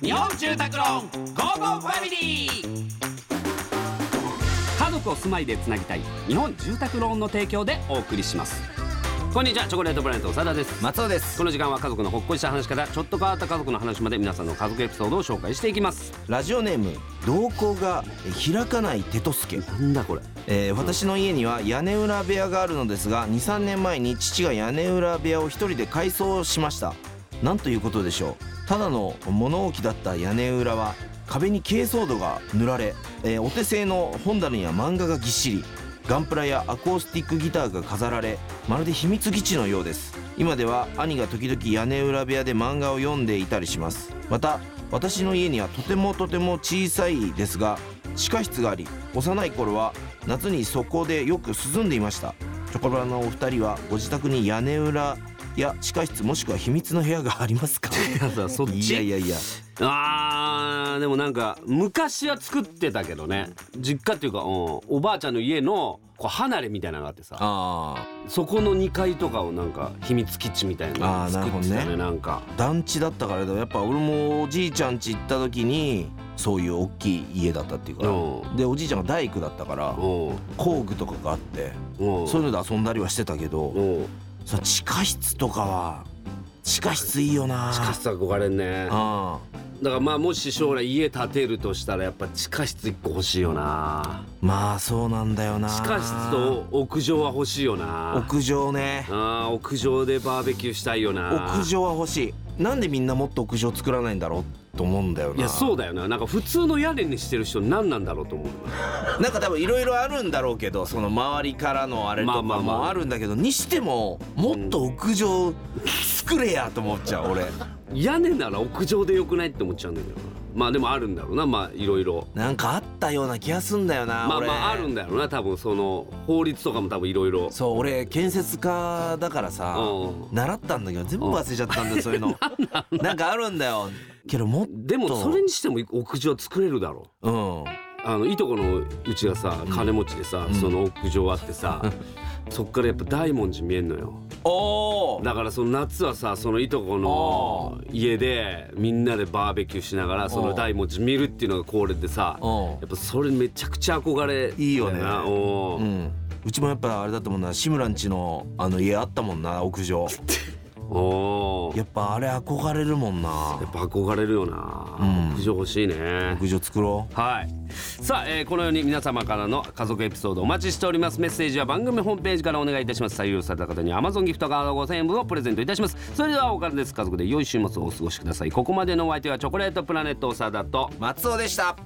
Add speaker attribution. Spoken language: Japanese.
Speaker 1: 日本住宅ローンゴーゴーファミリー家族を住まいでつなぎたい日本住宅ローンの提供でお送りしますこんにちはチョコレートプラネット長田です
Speaker 2: 松尾です
Speaker 1: この時間は家族のほっこりした話からちょっと変わった家族の話まで皆さんの家族エピソードを紹介していきます
Speaker 2: ラジオネーム瞳孔が開かないテトスケ、
Speaker 1: なんだこれ
Speaker 2: えー私の家には屋根裏部屋があるのですが23年前に父が屋根裏部屋を一人で改装しましたなんということでしょうただの物置だった屋根裏は壁に珪藻土が塗られ、えーお手製の本棚には漫画がぎっしりガンプラやアコースティックギターが飾られまるで秘密基地のようです今では兄が時々屋根裏部屋で漫画を読んでいたりしますまた私の家にはとてもとても小さいですが地下室があり幼い頃は夏にそこでよく涼んでいましたチョコバナのお二人はご自宅に屋根裏や地下室もしくは秘密の部屋がありますか
Speaker 1: そっ
Speaker 2: いやい
Speaker 1: ち
Speaker 2: やいや
Speaker 1: あーでもなんか昔は作ってたけどね実家っていうか、うん、おばあちゃんの家のこう離れみたいなのがあってさ
Speaker 2: あ
Speaker 1: そこの2階とかをなんか秘密基地みたいな
Speaker 2: あ
Speaker 1: の
Speaker 2: ーな
Speaker 1: 作
Speaker 2: るほ
Speaker 1: っ
Speaker 2: ど
Speaker 1: て
Speaker 2: ね
Speaker 1: たねなんか
Speaker 2: 団地だったからだやっぱ俺もおじいちゃん家行った時にそういう大きい家だったっていうか
Speaker 1: うん
Speaker 2: でおじいちゃんが大工だったから
Speaker 1: うん
Speaker 2: 工具とかがあって
Speaker 1: うん
Speaker 2: そういうので遊んだりはしてたけど
Speaker 1: うん
Speaker 2: その地下室とかは地下室いいよな
Speaker 1: 地下室憧れんね
Speaker 2: ああ
Speaker 1: だからまあもし将来家建てるとしたらやっぱ地下室1個欲しいよな
Speaker 2: まあそうなんだよな
Speaker 1: 地下室と屋上は欲しいよな
Speaker 2: 屋上ね
Speaker 1: あー屋上でバーベキューしたいよな
Speaker 2: 屋上は欲しいなんでみんなもっと屋上作らないんだろうと思うんだよない
Speaker 1: やそううだよななんか普通の屋根にしてる人何なんだろうと思う
Speaker 2: なんか多分いろいろあるんだろうけどその周りからのあれとか
Speaker 1: まあまあま
Speaker 2: も
Speaker 1: あ
Speaker 2: あるんだけど、にしてももっと屋上作れやと思っちゃう俺
Speaker 1: 屋根なら屋上でよくないって思っちゃうんだけどなまあでもあるんだろうなまあいろいろ
Speaker 2: なんかあったような気がすんだよな
Speaker 1: まあ
Speaker 2: 俺
Speaker 1: まああるんだろうな多分その法律とかも多分いろいろ
Speaker 2: そう俺建設家だからさ、
Speaker 1: う
Speaker 2: 習ったんだけど全部忘れちゃったんだよそういうのなんかあるんだよけどもっと
Speaker 1: でもそれにしても屋上作れるだろう
Speaker 2: うん
Speaker 1: あのいとこのうちがさ金持ちでさ、その屋上あってさ、そっからやっぱ大文字見えんのよ
Speaker 2: おお
Speaker 1: だからその夏はさそのいとこの家でみんなでバーベキューしながらその大文字見るっていうのが恒例でさ
Speaker 2: うん
Speaker 1: やっぱそれめちゃくちゃ憧れ
Speaker 2: いいよね
Speaker 1: だなお
Speaker 2: う
Speaker 1: ー
Speaker 2: んうちもやっぱあれだったもんな志村んちのあの家あったもんな屋上
Speaker 1: おーや
Speaker 2: やっぱあれ憧れるもんな
Speaker 1: っぱ憧れるよな、
Speaker 2: うん
Speaker 1: 屋上欲しいね
Speaker 2: 屋上作ろう
Speaker 1: はいさあ、えーこのように皆様からの家族エピソードお待ちしておりますメッセージは番組ホームページからお願いいたします採用された方には Amazon ギフトカード5000円分をプレゼントいたしますそれではおからです家族で良い週末をお過ごしくださいここまでのお相手はチョコレートプラネット長田と
Speaker 2: 松尾でした